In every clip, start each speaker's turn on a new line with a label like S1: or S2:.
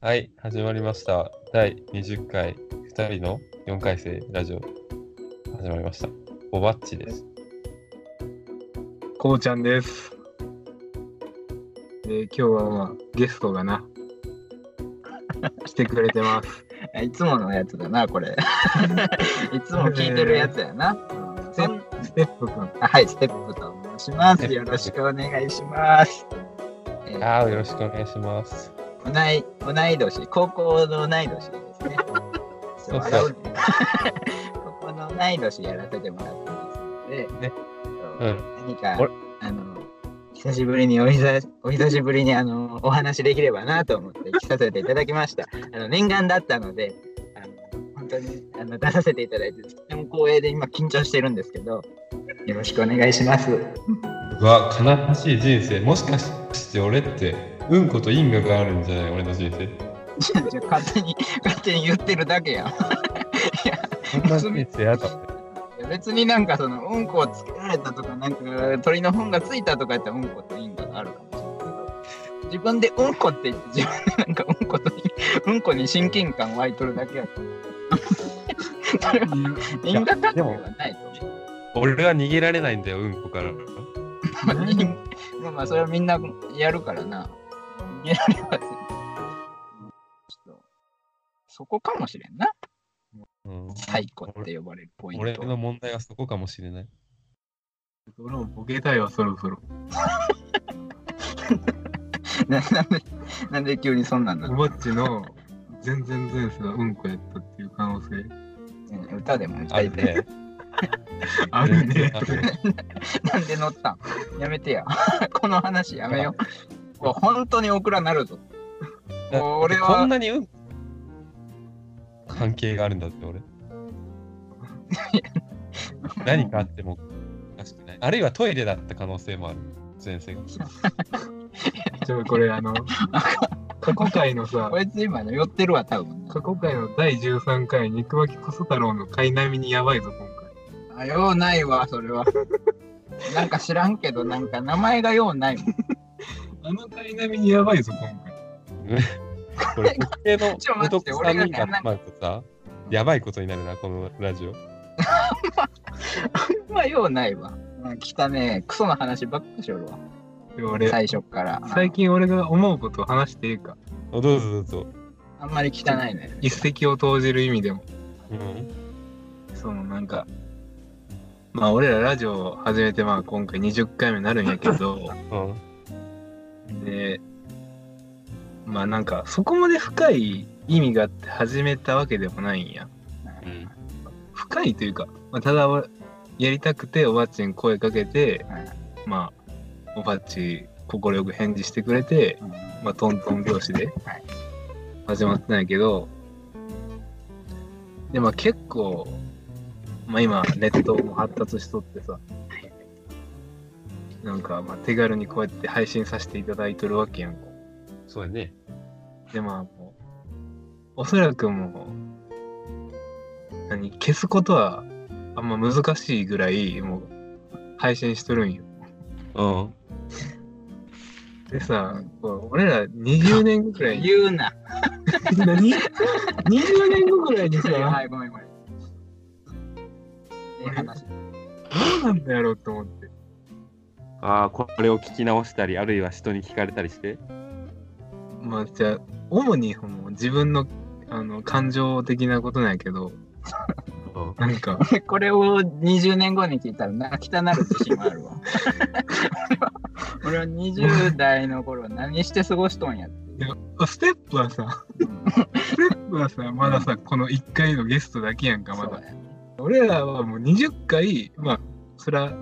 S1: はい、始まりました。第20回、2人の4回生ラジオ、始まりました。おばっちです。
S2: こうちゃんです。えー、今日はまあゲストがな、来てくれてます。
S3: いつものやつだな、これ。いつも聞いてるやつやな。
S2: ステッステップくん。
S3: あはい、ステップと申します。よろしくお願いします。えー
S1: ああ、よろしくお願いします。
S3: 同い同い年、高校の同い年ですね。
S1: そう
S3: 笑うね 高校の同い年やらせてもらってますので、
S1: ね
S3: そう
S1: うん
S3: 何か
S1: あれ
S3: あの久しぶりにお久しお久しぶりにあのお話できればなと思って来させていただきました。あの念願だったので、あの本当にあの出させていただいてとても光栄で今緊張してるんですけど、よろしくお願いします。
S1: うわ、悲しい人生。もしかして俺って、うんこと因果があるんじゃない俺の人生。
S3: じゃあ勝手に勝手に言ってるだけやん。
S1: そんな人生やだ。
S3: いや別になんかそのうんこをつけられたとかなんか鳥の糞がついたとかやったらうんこと因果があるかもしれないけど自分でうんこって言って自分でなんかうんことうんこに親近感湧いとるだけやからそれは因果関係はないと思う
S1: 俺は逃げられないんだよ、うんこから。
S3: まあ因まあまあそれはみんなやるからな 逃げられませんちょっとそこかもしれんな
S1: うん、
S3: サイコって呼ばれるポイン
S1: 俺
S3: ト
S1: の問題はそこかもしれない。
S2: 俺もボケたいわ、そろそろ。
S3: ななんでなんで急にそんなんな
S2: お
S3: の
S2: ばっちの全然前世はうんこやったっていう可能性
S3: 歌でも歌
S1: ある
S3: いて
S1: ね。
S2: あるね。
S1: あるね
S3: なんで乗ったんやめてや。 この話やめよう。これ本当にオクラなるぞ。
S1: だ
S3: もう俺は
S1: こんなにうん関係があるんだって俺。何かあってもおかしくない。あるいはトイレだった可能性もある。前世が。
S2: ちょ、これあの、過去回のさ
S3: こ、いつ今ね、寄ってるわ、多分。
S2: 過去回の第13回、肉巻きこそ太郎の買い並みにやばいぞ、今回。
S3: あ、ようないわ、それは。 なんか知らんけど、なんか名前がようないもん。
S2: あの買い並みにやばいぞ、今回。
S1: こ れ、特定の
S3: ちょ待って
S1: 男3人
S3: 俺が
S1: が集まるとさ、やばいことになるな、このラジオ。
S3: まあ、ようないわ。うん汚ねえ、クソの話ばっかしおるわ。
S2: でも俺、
S3: 最初っから。
S2: 最近俺が思うことを話していいか。
S1: おどうぞどうぞ。
S3: あんまり汚いね。
S2: 一石を投じる意味でも。
S1: うん。
S2: そのなんかまあ俺らラジオを始めてまあ今回20回目になるんやけど
S1: うん。
S2: でまあなんかそこまで深い意味があって始めたわけでもないんや
S1: うん
S2: 深いというか、まあ、ただ俺やりたくておばっちに声かけて
S3: はい
S2: まあおばっち快く返事してくれて
S3: うん
S2: まあトントン拍子で
S3: はい
S2: 始まったんやけどでまあ結構まあ今ネットも発達しとってさなんかまあ手軽にこうやって配信させていただいとるわけやんか
S1: そうやね。
S2: でまあもうおそらくもう何消すことはあんま難しいぐらいもう配信しとるんよ
S1: うん。
S2: でさこう俺ら20年ぐらい
S3: 言うな。
S2: 何 ?20 年後ぐらいにさ、ど
S3: はい、ごめんごめん。ええ話。
S2: うなんだやろうと思って。
S1: ああ、これを聞き直したり、あるいは人に聞かれたりして。
S2: まあ、じゃあ、主にもう自分のあの感情的なことなんやけど、
S1: うん。
S2: なん か、
S3: これを20年後に聞いたら泣きたなる自信があるわ。俺は俺は20代の頃何して過ごしとんやっていう。
S2: ステップはさ、ステップはさ、まださ、この1回のゲストだけやんか、ま
S3: そう
S2: だ。
S3: や
S2: 俺らはもう20回、まあ、そら、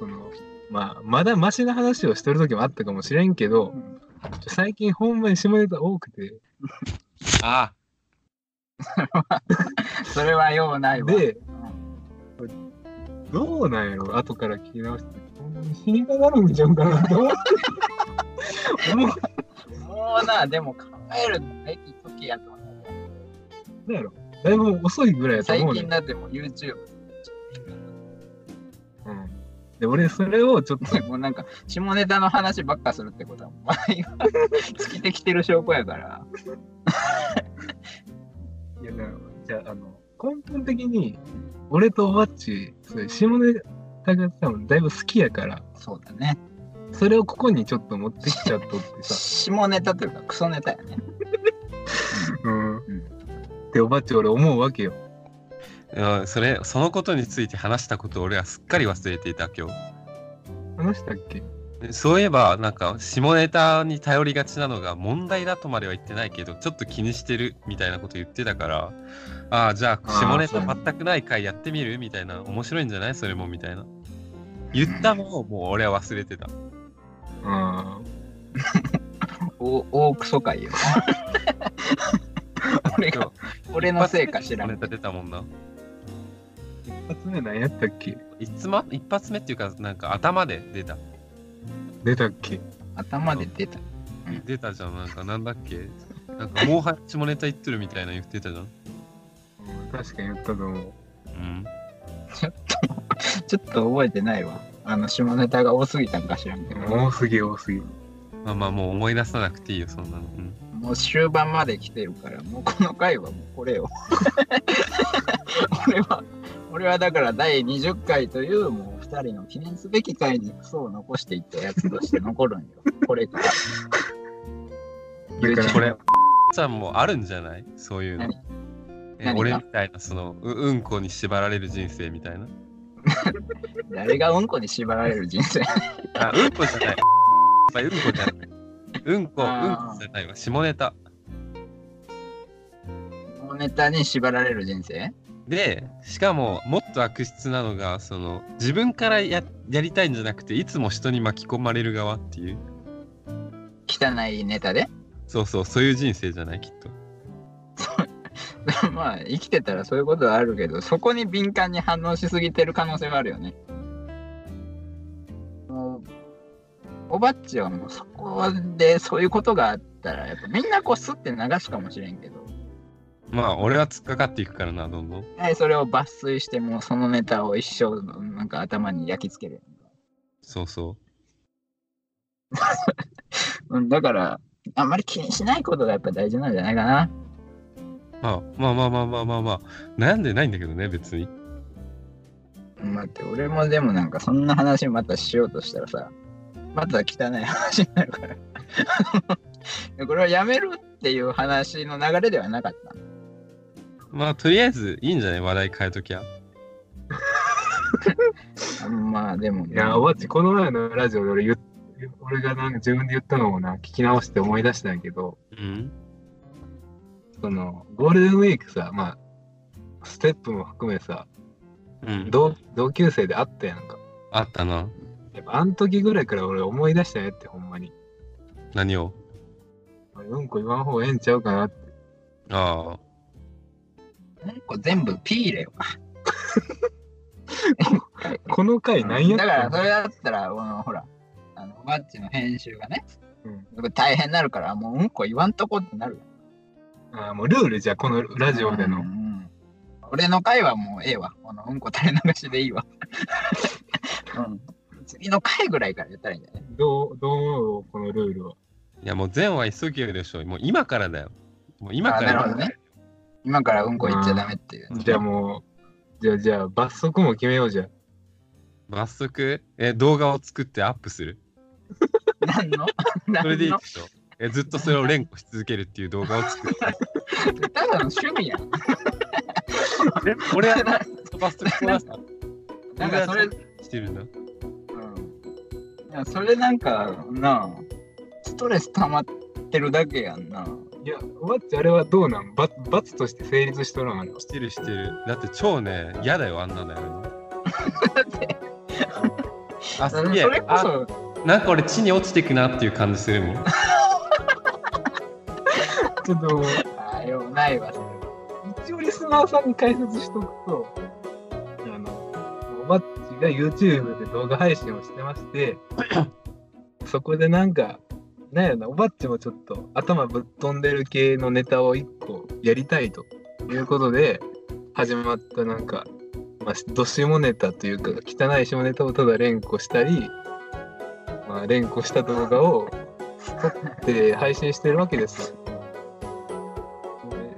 S2: その、まあ、まだマシな話をしてる時もあったかもしれんけど、最近ほんまに下ネタ多くて、
S1: あ
S3: それはようないわ。
S2: で、どうなんやろ後から聞き直して、ほんまに死にたがるんちゃうかなと思って。思う
S3: もうな、でも考えるべき時やと思う。
S2: なんやろだいぶ遅いぐらいやと
S3: 最
S2: 思うね
S3: 近
S2: ん。
S3: だってもう YouTube。
S2: うんで、俺、それをちょっと、
S3: もうなんか、下ネタの話ばっかするってことは、お前が尽きてきてる証拠やから。
S2: いやだからじゃあ、あの、根本的に、俺とワッチ、そういう下ネタが多分だいぶ好きやから、
S3: そうだね。
S2: それをここにちょっと持ってきちゃっとってさ、
S3: 下ネタというか、クソネタやね。
S2: うん。って、おばっち、俺思うわけよ。
S1: いやそれそのことについて話したことを俺はすっかり忘れていた今日
S2: 話したっけ
S1: でそういえばなんか下ネタに頼りがちなのが問題だとまでは言ってないけどちょっと気にしてるみたいなこと言ってたからああじゃあ
S2: あー
S1: 下ネ
S3: そう
S1: タ全くない回やってみるみたいな面白いんじゃないそれもみたいな言ったのをもう俺は忘れてた
S2: うん。
S3: お大クソかいよ。俺が、俺のせいかしら
S1: 下ネ
S3: ん。
S1: タ出たもんな
S2: 一発目何やったっけ
S1: いつま一発目っていうかなんか頭で出た
S2: 出たっけ
S3: 頭で出た。
S1: 出たじゃんなんかなんだっけなんかもうは下ネタ言ってるみたいな言ってたじゃん
S2: うん確かに言ったと思
S1: う
S2: う。
S1: ん
S3: ちょっと覚えてないわ。あの、下ネタが多すぎたんかしらんけど。
S2: 多すぎ多すぎ。
S1: まあまあもう思い出さなくていいよそんなの、うん
S3: もう終盤まで来てるから、もうこの回はもうこれよ。 俺は、俺はだから第20回という、もう2人の記念すべき回にクソを残していったやつとして残るんよ。これから。
S2: だから
S1: これちゃんもあるんじゃないそういうの
S3: 何
S1: え
S3: 何が
S1: 俺みたいなそのううんこに縛られる人生みたい な
S3: 誰がうんこに縛られる人生
S1: あうんこじゃないやっぱりうんこじゃないうんこ
S3: あー
S1: うんこじゃないわ下ネタ
S3: 下ネタに縛られる人生
S1: でしかももっと悪質なのがその自分からややりたいんじゃなくていつも人に巻き込まれる側っていう
S3: 汚いネタで
S1: そうそうそういう人生じゃないきっと
S3: まあ生きてたらそういうことはあるけどそこに敏感に反応しすぎてる可能性はあるよねもうおばっちはもうそこでそういうことがあったらやっぱみんなこうスッて流すかもしれんけど
S1: まあ俺は突っかかっていくからなどんどん
S3: はいそれを抜粋してもうそのネタを一生なんか頭に焼き付ける
S1: そうそ
S3: うんだからあんまり気にしないことがやっぱ大事なんじゃないかな
S1: う、まあ、まあまあまあまあまあまあ悩んでないんだけどね別に
S3: 待って、俺もでもなんかそんな話またしようとしたらさ、また汚い話になるから。 これはやめるっていう話の流れではなかった。
S1: まあとりあえずいいんじゃない話題変えときゃ
S3: あまあでも、
S2: いや、おばっち、この前のラジオで俺言っ俺がなんか自分で言ったのをな、聞き直して思い出したんやけど、
S1: うん
S2: その、ゴールデンウィークさ、まあ、ステップも含めさ、
S1: うん
S2: 同同級生で会ったやんか。
S1: あったな
S2: やっぱ、あの時ぐらいから俺思い出したんやって、ほんまに。
S1: 何を
S2: うんこ言わん方がええんちゃうかなって。
S1: あ
S3: なんか全部ピー入れよ。
S2: この回なんや
S3: だ
S2: っ
S3: から
S2: た
S3: それだったら、あのほら、あのマッチの編集がね、
S2: うん
S3: 大変になるから、もううんこ言わんとこってなるよ。
S2: あーもうルールじゃ、このラジオで
S3: う
S2: の
S3: ん。うん俺の回はもうええわ。このうんこ垂れ流しでいいわ。うん、次の回ぐらいからやったらいいんじゃない
S2: どう、どう思うこのルールは。
S1: あいやもう善は急ぎでしょもう今からだよもう今か
S3: あ
S1: ら
S3: なるほどね。今からうんこ言っちゃダメっていう。
S2: じゃあもう、じゃあ、じゃあ、罰則も決めようじゃん。
S1: 早速え動画を作ってアップする
S3: 何の
S1: それでい
S3: 何
S1: い
S3: の
S1: でしょえずっとそれを連呼し続けるっていう動画を作る
S3: ただの趣味やん。
S1: え俺はバスとこなさ
S3: なんかそれ、う
S1: してるんだ
S3: ん、いやそれなんかなあ、ストレス溜まってるだけやんな。
S2: いや、わっちあれはどうなん罰罰として成立しとるんあれは
S1: してるしてるだって超ね嫌だよあんなのやるの あ
S3: そ
S1: すげえ
S3: れこ
S1: あ
S3: そ、
S1: なんか俺地に落ちてくなっていう感じするもん
S2: ちょっともう、
S3: ああ、ようないわ、それは。
S2: 一応リスナーさんに解説しとくと、あの、おばっちが YouTube で動画配信をしてまして、そこでなんか、なんやろな、おばっちもちょっと頭ぶっ飛んでる系のネタを一個やりたいということで、始まったなんか、まあ、ど下ネタというか、汚い下ネタをただ連呼したり、まあ、連呼した動画を撮って配信してるわけですよ。で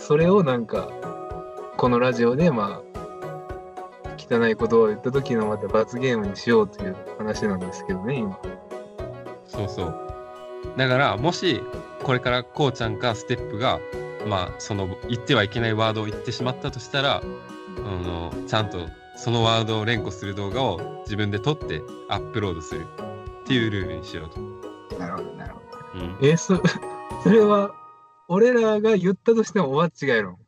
S2: それをなんか、このラジオで、まあ、汚いことを言った時のまた罰ゲームにしようという話なんですけどね、今。
S1: そうそう。だから、もし、これからこうちゃんかステップが、まあ、その、言ってはいけないワードを言ってしまったとしたら、あの、ちゃんと、そのワードを連呼する動画を自分で撮ってアップロードするっていうルールにしようと。
S3: なるほど、なるほ
S1: うん、
S2: えーそ、 それは、俺らが言ったとしてもおばっちがやろ。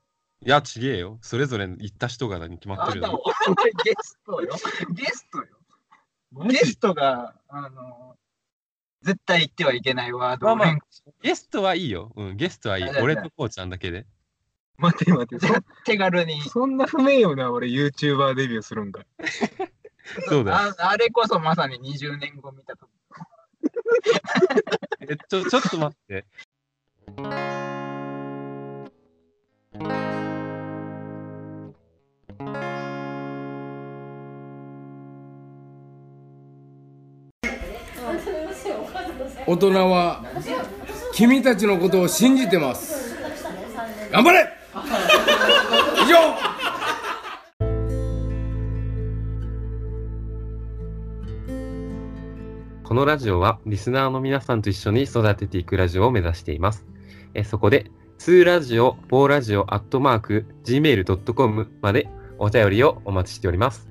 S1: いや、ちげえよ。それぞれ行った人がに決ま
S3: ど。
S1: って
S3: あ
S1: る
S3: なた
S1: よ。
S3: も、お前ゲストよ。ゲストよ。ゲストが、あの、絶対言ってはいけないワード
S1: まあ
S3: を
S1: まあ
S3: 連呼し
S1: ゲストはいいよ。うん、ゲストはいい
S3: あじゃ。あ
S1: 俺とこうちゃんだけで。
S2: 待て待て、そ
S3: 手軽に。
S2: そ んな不名誉な俺 YouTuber デビューするんか。
S1: そうだよ
S3: ああれこそまさに20年後見たと
S1: え、ちょ、ちょっと待って。
S4: 大人は君たちのことを信じてます頑張れ以上
S1: このラジオはリスナーの皆さんと一緒に育てていくラジオを目指しています。えそこで、2ラジオ、4ラジオ、アットマーク、gmail.com までお便りをお待ちしております。